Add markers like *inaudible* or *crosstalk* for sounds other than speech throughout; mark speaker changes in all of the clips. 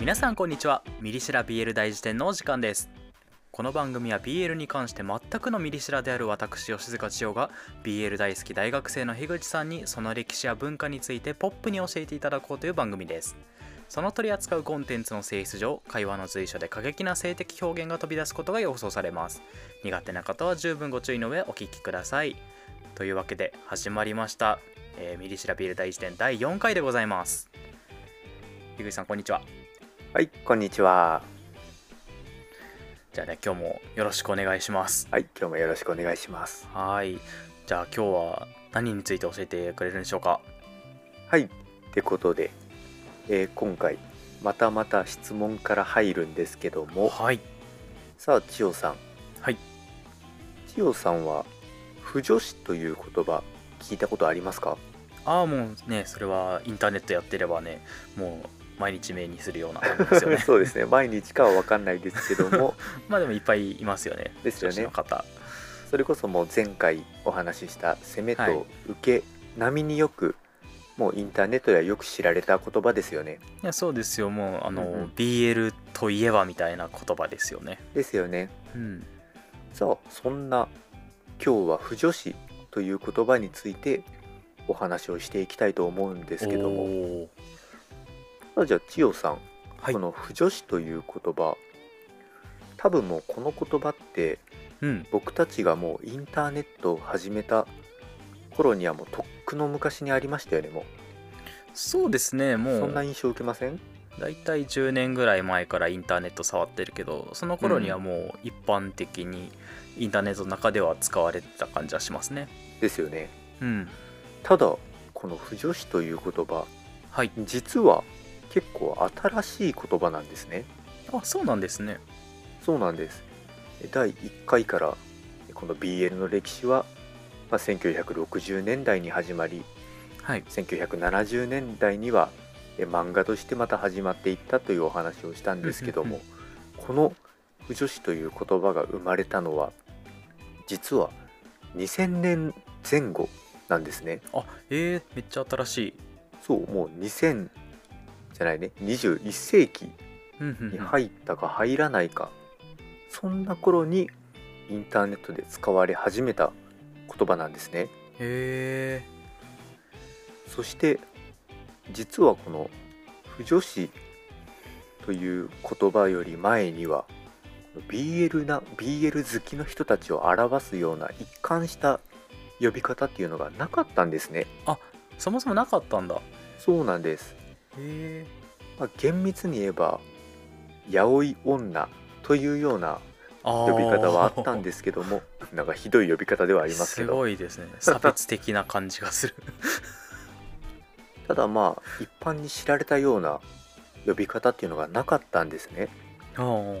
Speaker 1: 皆さんこんにちはミリシラ BL 大辞典のお時間ですこの番組は BL に関して全くのミリシラである私吉塚千代が BL 大好き大学生の樋口さんにその歴史や文化についてポップに教えていただこうという番組ですその取り扱うコンテンツの性質上会話の随所で過激な性的表現が飛び出すことが予想されます苦手な方は十分ご注意の上お聞きくださいというわけで始まりました、えーミリシラ BL 大辞典第4回でございます樋口さんこんにちは
Speaker 2: はい、こんにちは。
Speaker 1: じゃあね今日もよろしくお願いします
Speaker 2: はい、今日もよろしくお願いします。
Speaker 1: はいじゃあ今日は何について教えてくれるんでしょうか
Speaker 2: はい、ってことで、えー今回またまた質問から入るんですけども、
Speaker 1: はい
Speaker 2: さあ千代さん、
Speaker 1: はい、
Speaker 2: 千代さんは不助詞という言葉聞いたことありますか？
Speaker 1: ああもうねそれはインターネットやってればねもう毎日目にするようなものですよね
Speaker 2: *laughs* そうですね。毎日かはわかんないですけども、
Speaker 1: まあでもいっぱいいますよね
Speaker 2: ですよね
Speaker 1: 女子の方
Speaker 2: それこそもう前回お話しした攻め
Speaker 1: はい
Speaker 2: と受け、並みによくもうインターネットではよく知られた言葉ですよね。
Speaker 1: いやそうですよもうあの、
Speaker 2: うんうん
Speaker 1: BL といえばみたいな言葉ですよね
Speaker 2: ですよね。
Speaker 1: うん
Speaker 2: さあそんな今日は不助詞という言葉についてお話をしていきたいと思うんですけど
Speaker 1: お
Speaker 2: も
Speaker 1: ー
Speaker 2: さあじゃあ千代さん、
Speaker 1: はい
Speaker 2: この不助詞という言葉多分もうこの言葉って
Speaker 1: うん
Speaker 2: 僕たちがもうインターネットを始めた頃にはもうとっくの昔にありましたよねも
Speaker 1: そうですね
Speaker 2: う、
Speaker 1: もう
Speaker 2: そんな印象受けません
Speaker 1: 大体10年ぐらい前からインターネット触ってるけどその頃にはもう一般的にインターネットの中では使われてた感じはしますね
Speaker 2: ですよね
Speaker 1: うん
Speaker 2: ただこの不助詞という言葉
Speaker 1: はい
Speaker 2: 実は結構新しい言葉なんですね
Speaker 1: あそうなんですね
Speaker 2: そうなんです第1回からこの BL の歴史は、まあ、1960年代に始まり
Speaker 1: はい
Speaker 2: 1970年代にはえ漫画としてまた始まっていったというお話をしたんですけども、
Speaker 1: うん
Speaker 2: この「不女子」という言葉が生まれたのは実は2000年前後なんですね。
Speaker 1: あえー、めっちゃ新しい
Speaker 2: そうもう2000じゃないね21世紀
Speaker 1: うんうんう
Speaker 2: に
Speaker 1: ん
Speaker 2: 入ったか入らないかそんな頃にインターネットで使われ始めた言葉なんですね
Speaker 1: へえ
Speaker 2: そして実はこの「不女子」という言葉より前には BL な BL 好きの人たちを表すような一貫した呼び方っていうのがなかったんですね
Speaker 1: そもそもなかったんだへ
Speaker 2: そうなんです、
Speaker 1: え
Speaker 2: まあ、厳密に言えば「やおい女」というような呼
Speaker 1: 呼
Speaker 2: び方はあったん
Speaker 1: で
Speaker 2: ですけどもなんかひどい呼び方ではありますけ
Speaker 1: す
Speaker 2: ど
Speaker 1: ごいですね差別的な感じがす *laughs* る
Speaker 2: ただまあ一般に知られたような呼び方っていうのがなかったんですね
Speaker 1: あー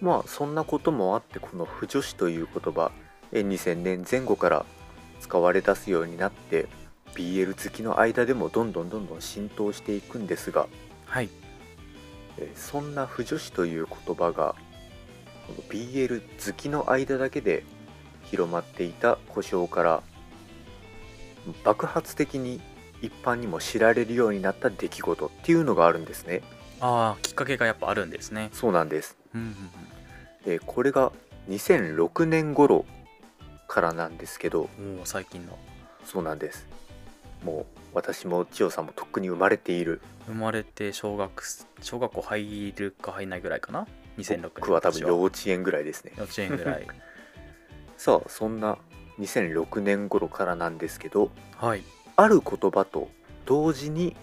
Speaker 2: まあそんなこともあってこの「不助詞」という言葉え2000年前後から使われ出すようになって BL 好きの間でもどんどんどんどん浸透していくんですが
Speaker 1: はい
Speaker 2: えーそんな不助詞という言葉がこの BL 好きの間だけで広まっていた故障から爆発的に一般にも知られるようになった出来事っていうのがあるんですね
Speaker 1: ああきっかけがやっぱあるんですね
Speaker 2: そうなんです
Speaker 1: うんうんうん
Speaker 2: でこれが2006年頃からなんですけど
Speaker 1: おー最近だ
Speaker 2: そうなんですもう私も千代さんもとっくに生まれている
Speaker 1: 生まれて小学小学校入るか入んないぐらいかな2006年
Speaker 2: 僕は多分
Speaker 1: 私は
Speaker 2: 幼稚園ぐらいですね
Speaker 1: 幼稚園ぐらい
Speaker 2: さあそんな2006年頃からなんですけど
Speaker 1: はい
Speaker 2: ある言葉と同時に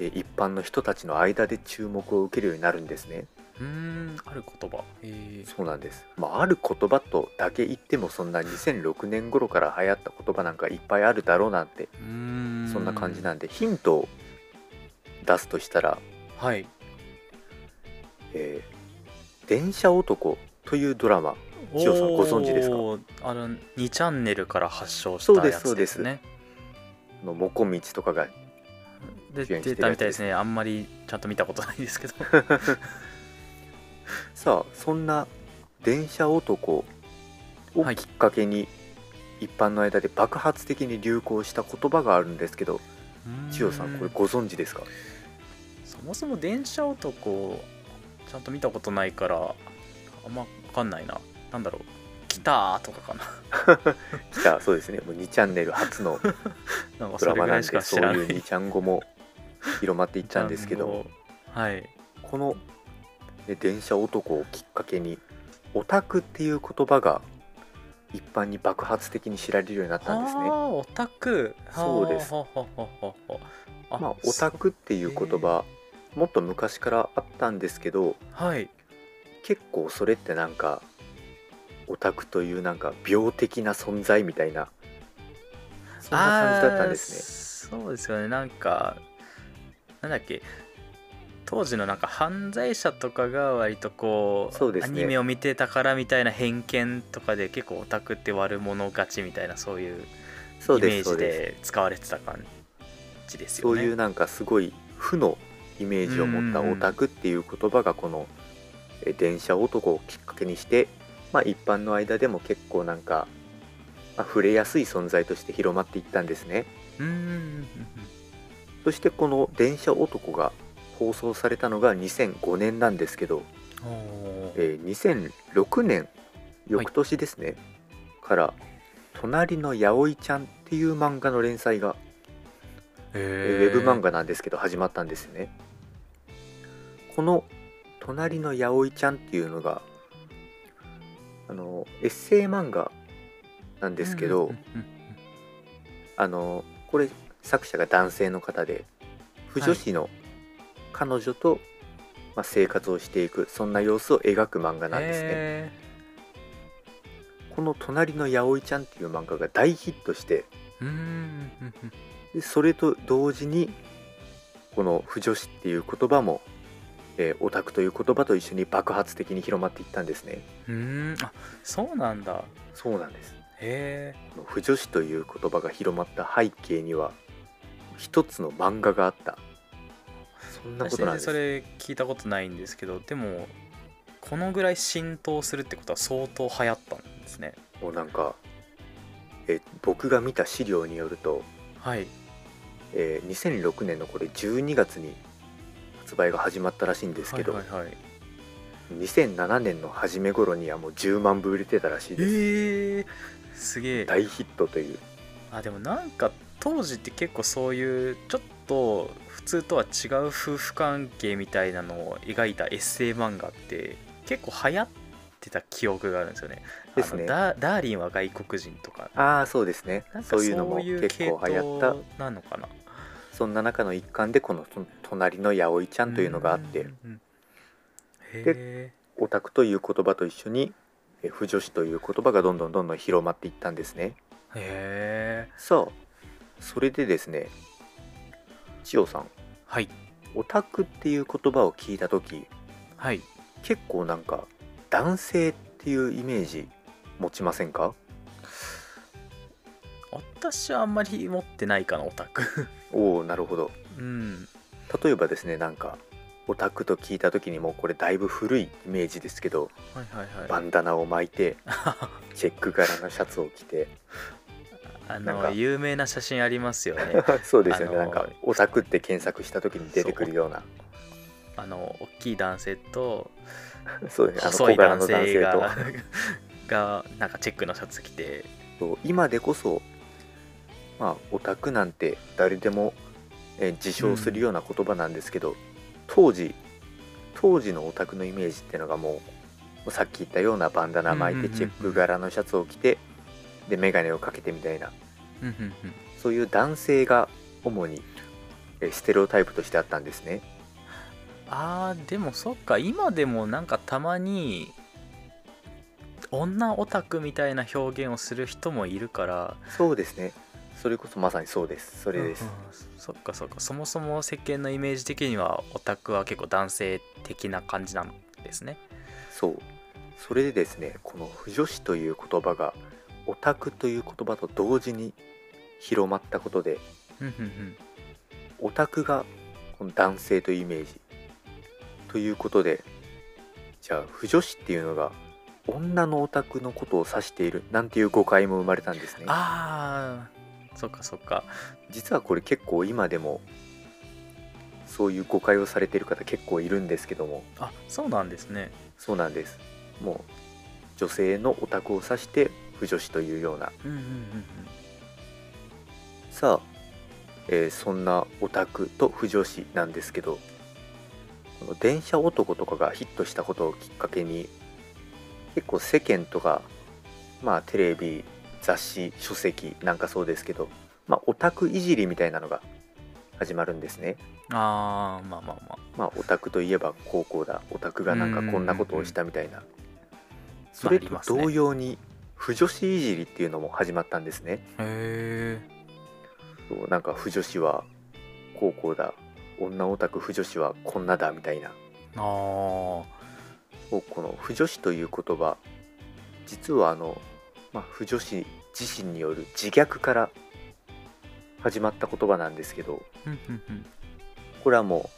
Speaker 2: えー一般の人たちの間で注目を受けるようになるんですね
Speaker 1: うーんある言葉へー
Speaker 2: そうなんです、まあ、ある言葉とだけ言ってもそんな2006年頃から流行った言葉なんかいっぱいあるだろうなんて
Speaker 1: うーん
Speaker 2: そんな感じなんでヒントを出すとしたら、
Speaker 1: はい
Speaker 2: えー電車男」というドラマ千代さんご存知ですか
Speaker 1: おーあの2チャンネルから発祥したやつ
Speaker 2: そう
Speaker 1: で
Speaker 2: ですす
Speaker 1: ね
Speaker 2: のもこみちとかが
Speaker 1: で
Speaker 2: 主演し
Speaker 1: 出
Speaker 2: てる
Speaker 1: たみ
Speaker 2: やつ
Speaker 1: たい
Speaker 2: で
Speaker 1: です
Speaker 2: す
Speaker 1: ねあんまりちゃんと見たことないですけど
Speaker 2: さあそんな「電車男」を
Speaker 1: はい
Speaker 2: きっかけに、一般の間で爆発的に流行した言葉があるんですけど千代さんこれご存知ですか
Speaker 1: そもそも電車男ちゃんと見たことないからあんま分かんないななんだろう「来た!」とかかな
Speaker 2: 来たそうですねもう2チャンネル初の
Speaker 1: なんか
Speaker 2: ド
Speaker 1: それ
Speaker 2: ラ
Speaker 1: ぐ
Speaker 2: マ
Speaker 1: ら
Speaker 2: ないん
Speaker 1: し
Speaker 2: で
Speaker 1: か
Speaker 2: そ
Speaker 1: 知
Speaker 2: う
Speaker 1: らない
Speaker 2: いう2ちゃん語も広まっていったんです
Speaker 1: *laughs*
Speaker 2: けど
Speaker 1: はい
Speaker 2: この、ね、電車男をきっかけにオタクっていう言葉が一般に爆発的に知られるようになったんですね
Speaker 1: ああオタク
Speaker 2: そうです
Speaker 1: はあはあはあはあはあ
Speaker 2: まあオタクっていう言葉もっと昔からあったんですけど
Speaker 1: はい
Speaker 2: 結構それってなんかオタクというなんか病的な存在みたいなそんな感じだったんですね
Speaker 1: ねそうですよねなんかなんだっけ当時のなんか犯罪者とかが割とこう
Speaker 2: そうです
Speaker 1: ア
Speaker 2: ね
Speaker 1: ニメを見てたからみたいな偏見とかで結構オタクって悪者勝ちみたいなそういうイメ
Speaker 2: そうで
Speaker 1: ー
Speaker 2: すそ
Speaker 1: ジ
Speaker 2: うです
Speaker 1: で使われてた感じです
Speaker 2: そ
Speaker 1: よ
Speaker 2: う
Speaker 1: ね。
Speaker 2: いうなんかすごい負のイメージを持ったオタクっていう言葉がこのえ電車男をきっかけにして、まあ、一般の間でも結構なんか、まあ触れやすい存在として広まっていったんですね
Speaker 1: うーん
Speaker 2: そしてこの「電車男」が放送されたのが2005年なんですけど、
Speaker 1: おー
Speaker 2: えー2006年翌年ですね、から「隣のやおいちゃん」っていう漫画の連載が、えー
Speaker 1: へ
Speaker 2: ウェブ漫画なんですけど始まったんですねこの「隣のやおいちゃん」っていうのがあのエッセイ漫画なんですけ
Speaker 1: う
Speaker 2: ど、
Speaker 1: んうん
Speaker 2: あのこれ作者が男性の方で不女子の彼女と、まあ、生活をしていくそんな様子を描く漫画
Speaker 1: うん
Speaker 2: なんですね、
Speaker 1: へ
Speaker 2: この「隣のやおいちゃん」っていう漫画が大ヒットして
Speaker 1: ーうーんうんうん
Speaker 2: でそれと同時にこの「不女子」っていう言葉も、えーオタクという言葉と一緒に爆発的に広まっていったんですね
Speaker 1: うーんあそうなんだ
Speaker 2: そうなんです
Speaker 1: へ
Speaker 2: この「不女子」という言葉が広まった背景には一つの漫画があったそん
Speaker 1: え
Speaker 2: な
Speaker 1: 私
Speaker 2: こと
Speaker 1: 全然
Speaker 2: なんです
Speaker 1: それ聞いたことないんですけどでもこのぐらい浸透するってことは相当流行ったんですね
Speaker 2: もうなんかえー僕が見た資料によると、
Speaker 1: はい
Speaker 2: えー2006年のこれ12月に発売が始まったらしいんですけど、
Speaker 1: はいはいはい、
Speaker 2: 2007年の初め頃にはもう10万部売れてたらしいです、
Speaker 1: えー、すげえ
Speaker 2: 大ヒットという
Speaker 1: あでもなんか当時って結構そういうちょっと普通とは違う夫婦関係みたいなのを描いたエッセイ漫画って結構流行ってた記憶があるんですよね。あの
Speaker 2: ですね
Speaker 1: ダダーリンは外国人とか
Speaker 2: ああそうですね
Speaker 1: なんか
Speaker 2: そ
Speaker 1: そうう
Speaker 2: いうのも
Speaker 1: い
Speaker 2: 結
Speaker 1: う系
Speaker 2: 構
Speaker 1: 統
Speaker 2: 流行った
Speaker 1: なのかな。
Speaker 2: そんな中の一環でこのと「隣のやおいちゃん」というのがあって
Speaker 1: うんうんうん。へ
Speaker 2: オタクという言葉と一緒にえ不女子という言葉がどんどんどんどん広まっていったんですね
Speaker 1: え。へえ。
Speaker 2: さあそれでですね千代さん
Speaker 1: はい
Speaker 2: オタクっていう言葉を聞いた時
Speaker 1: はい。
Speaker 2: 結構なんか男性っていうイメージ持ちませんか
Speaker 1: 私はあんまり持ってないかなオタク。
Speaker 2: おおなるほど
Speaker 1: *laughs* うん。
Speaker 2: 例えばですねなんかオタクと聞いた時にもうこれだいぶ古いイメージですけど
Speaker 1: はいはい
Speaker 2: バ
Speaker 1: はい。
Speaker 2: ンダナを巻
Speaker 1: *laughs*
Speaker 2: いてチェック柄のシャツを着て
Speaker 1: あ
Speaker 2: なんか
Speaker 1: の有名な写真ありますよね。
Speaker 2: そうですよね、
Speaker 1: あのー
Speaker 2: なんかオタクって検索した時に出てくるような
Speaker 1: あの大きい男性と
Speaker 2: そうですねあの
Speaker 1: 細い男
Speaker 2: 小
Speaker 1: 性
Speaker 2: 柄の
Speaker 1: が
Speaker 2: 男
Speaker 1: *laughs*
Speaker 2: 性
Speaker 1: がなんかチェックのシャツ着て
Speaker 2: とそう今でこそまあオタクなんて誰でも、えー自称するような言葉なんですけど、当時当時のオタクのイメージってのがもうさっき言ったようなバンダナ巻いて
Speaker 1: うんうんうんうん
Speaker 2: チェック柄のシャツを着てで眼鏡をかけてみたいな
Speaker 1: うんうんうん
Speaker 2: そういう男性が主にえーステレオタイプとしてあったんですね。
Speaker 1: あーでもそっか今でもなんかたまに女オタクみたいな表現をする人もいるから
Speaker 2: そうですね。それこそまさにそうです。それです。
Speaker 1: うんうんそっかそっかそもそも世間のイメージ的にはオタクは結構男性的な感じなんですね
Speaker 2: そう。それでですね、この不女子という言葉がオタクという言葉と同時に広まったことで、
Speaker 1: うんうんうん
Speaker 2: オタクがこの男性というイメージということで、じゃあ不女子っていうのが女のオタクのことを指しているなんていう誤解も生まれたんですね。
Speaker 1: ああそっかそっか
Speaker 2: 実はこれ結構今でもそういう誤解をされてる方結構いるんですけども
Speaker 1: あそうなんですね
Speaker 2: そうなんですもう女性のオタクを指して不女子というような
Speaker 1: うんうんうん
Speaker 2: さあ、えーそんなオタクと不女子なんですけどこの電車男とかがヒットしたことをきっかけに結構世間とかまあテレビ雑誌書籍なんかそうですけどまあオタクいじりみたいなのが始まるんですね
Speaker 1: うんあーまあまあまあ
Speaker 2: まあオタクといえば高校だオタクがなんかこんなことをしたみたいな
Speaker 1: まあ
Speaker 2: そ
Speaker 1: あ
Speaker 2: れ
Speaker 1: り
Speaker 2: と
Speaker 1: ますね
Speaker 2: 同様に不女子いじりっていうのも始まったんですね
Speaker 1: へ
Speaker 2: そうなんか不女子は高校だ女オタク不女子はこんなだみたいな
Speaker 1: えあー
Speaker 2: もうこの不女子という言葉実はあの、まあ、不女子自身による自虐から始まった言葉なんですけど
Speaker 1: うんうんうん
Speaker 2: これはも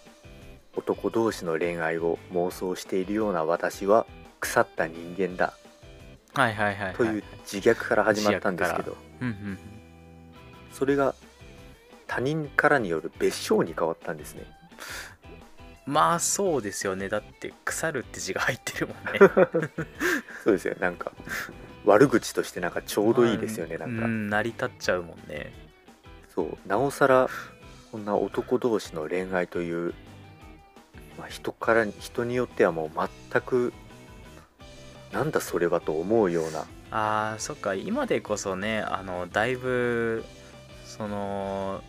Speaker 2: う男同士の恋愛を妄想しているような私は腐った人間だ
Speaker 1: はいはいはい、はい、
Speaker 2: という自虐から始まったんですけど
Speaker 1: うんうんうん
Speaker 2: それが他人からによる別称に変わったんですね
Speaker 1: まあそうですよねだって腐るって字が入ってるもんね
Speaker 2: *laughs* そうですよなんか悪口としてなんかちょうどいいですよね、
Speaker 1: う
Speaker 2: なんか、
Speaker 1: ん成り立っちゃうもんね
Speaker 2: そうなおさらこんな男同士の恋愛という、まあ、人から人によってはもう全くなんだそれはと思うような
Speaker 1: あーそっか今でこそねあのだいぶその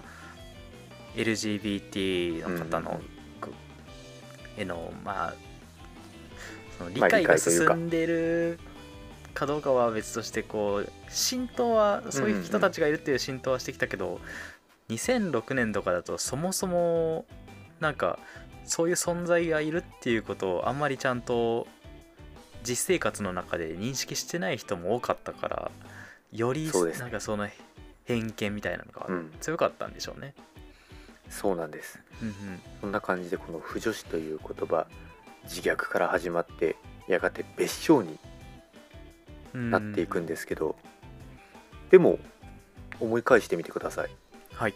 Speaker 1: LGBT の方
Speaker 2: うん
Speaker 1: の、くへのまあその理
Speaker 2: まあ
Speaker 1: 解
Speaker 2: 理
Speaker 1: が
Speaker 2: 解というか
Speaker 1: 進んでるかどうかは別としてこう浸透はそういう人たちがいるっていう浸透はしてきたけど、2006年とかだとそもそもなんかそういう存在がいるっていうことをあんまりちゃんと実生活の中で認識してない人も多かったからより
Speaker 2: そうですね
Speaker 1: なんかその偏見みたいなの
Speaker 2: う
Speaker 1: が
Speaker 2: ん
Speaker 1: 強かったんでしょうね。
Speaker 2: そうなんです
Speaker 1: うん
Speaker 2: そんな感じでこの「不女子」という言葉自虐から始まってやがて別称に
Speaker 1: うん
Speaker 2: なっていくんですけど、でも思い返してみてください
Speaker 1: はい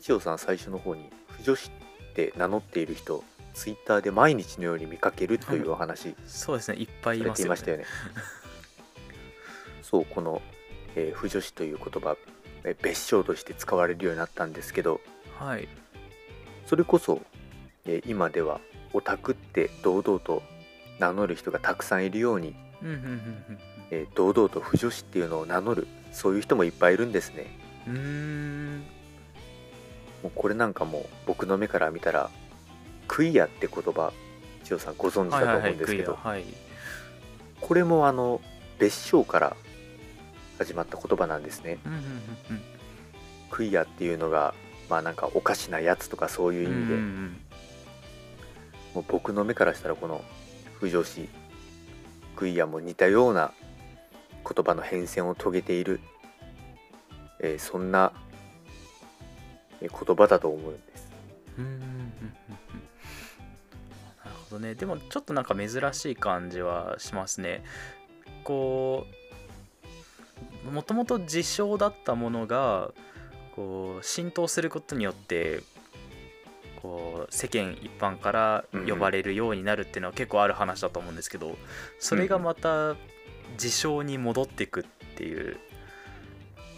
Speaker 2: 千代さん最初の方に「不女子」って名乗っている人ツイッターで毎日のように見かけるというお話
Speaker 1: そうですねいっぱいい
Speaker 2: され
Speaker 1: ま
Speaker 2: て
Speaker 1: す
Speaker 2: い
Speaker 1: よ
Speaker 2: ました
Speaker 1: ね。
Speaker 2: よね。そうこの、えー不女子」という言葉えー別称として使われるようになったんですけど
Speaker 1: はい
Speaker 2: それこそ、えー今では「オタク」って堂々と名乗る人がたくさんいるように、
Speaker 1: うんうんうん
Speaker 2: えー堂々と「不女子」っていうのを名乗るそういう人もいっぱいいるんですね。
Speaker 1: うんうん
Speaker 2: もうこれなんかもう僕の目から見たら「クイア」って言葉千代さんご存
Speaker 1: うーん
Speaker 2: 知
Speaker 1: はい
Speaker 2: だ
Speaker 1: はいは
Speaker 2: と思う
Speaker 1: い
Speaker 2: んです
Speaker 1: ク
Speaker 2: け
Speaker 1: イア
Speaker 2: ど、
Speaker 1: はい
Speaker 2: これもあの別称から始まった言葉なんですね。
Speaker 1: うんうんうん
Speaker 2: クイアっていうのがまあなんかおかしなやつとかそういううん意味で、
Speaker 1: うんうん
Speaker 2: もう僕の目からしたらこの不女子クイアも似たような言葉の変遷を遂げている、えーそんなえー言葉だと思うんです。
Speaker 1: うんうんうんうんうんなるほどねでもちょっとなんか珍しい感じはしますねこうもともと自称だったものがこう浸透することによってこう世間一般から呼ばれるようになるっていうのは結構ある話だと思うんですけどそれがまた自称に戻っていくっていう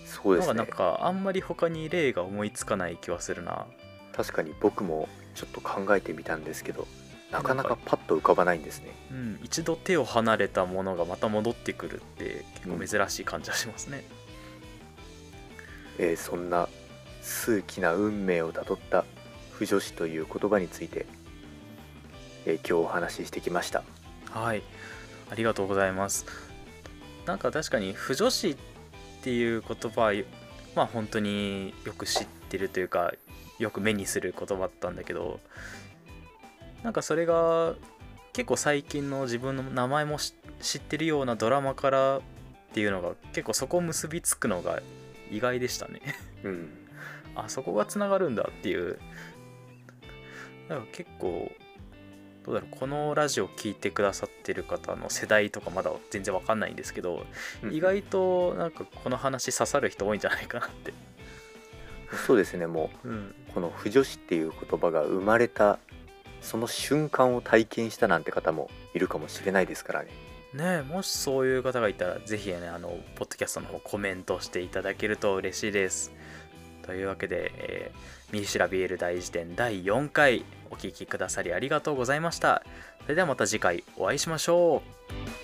Speaker 2: そうで
Speaker 1: の
Speaker 2: す
Speaker 1: が
Speaker 2: ね。
Speaker 1: なんかあんまり他に例が思いつかない気はするな。
Speaker 2: 確かに僕もちょっと考えてみたんですけどなかなかパッと浮かばないんですね
Speaker 1: うん、一度手を離れたものがまた戻ってくるって結構珍しい感じがしますね。
Speaker 2: えーそんな数奇な運命をたどった不女子という言葉について、えー今日お話ししてきました
Speaker 1: はい、ありがとうございます。なんか確かに不女子っていう言葉はまあ本当によく知ってるというかよく目にする言葉だったんだけどなんかそれが結構最近の自分の名前もし知ってるようなドラマからっていうのが結構そこを結びつくのが意外でしたね。
Speaker 2: うん
Speaker 1: あそこがつながるんだっていうなんか結構どうだろうこのラジオ聞いてくださってる方の世代とかまだ全然わかんないんですけど意外となんかこの話刺さる人多いんじゃないかなって
Speaker 2: そうですねも
Speaker 1: うん、
Speaker 2: うこの「不女子」っていう言葉が生まれたその瞬間を体験したなんて方もいるかもしれないですからね
Speaker 1: ねえもしそういう方がいたらぜひねあのポッドキャストの方コメントしていただけると嬉しいですというわけで、えー、ミリシラビエル大辞典第4回お聴きくださりありがとうございましたそれではまた次回お会いしましょう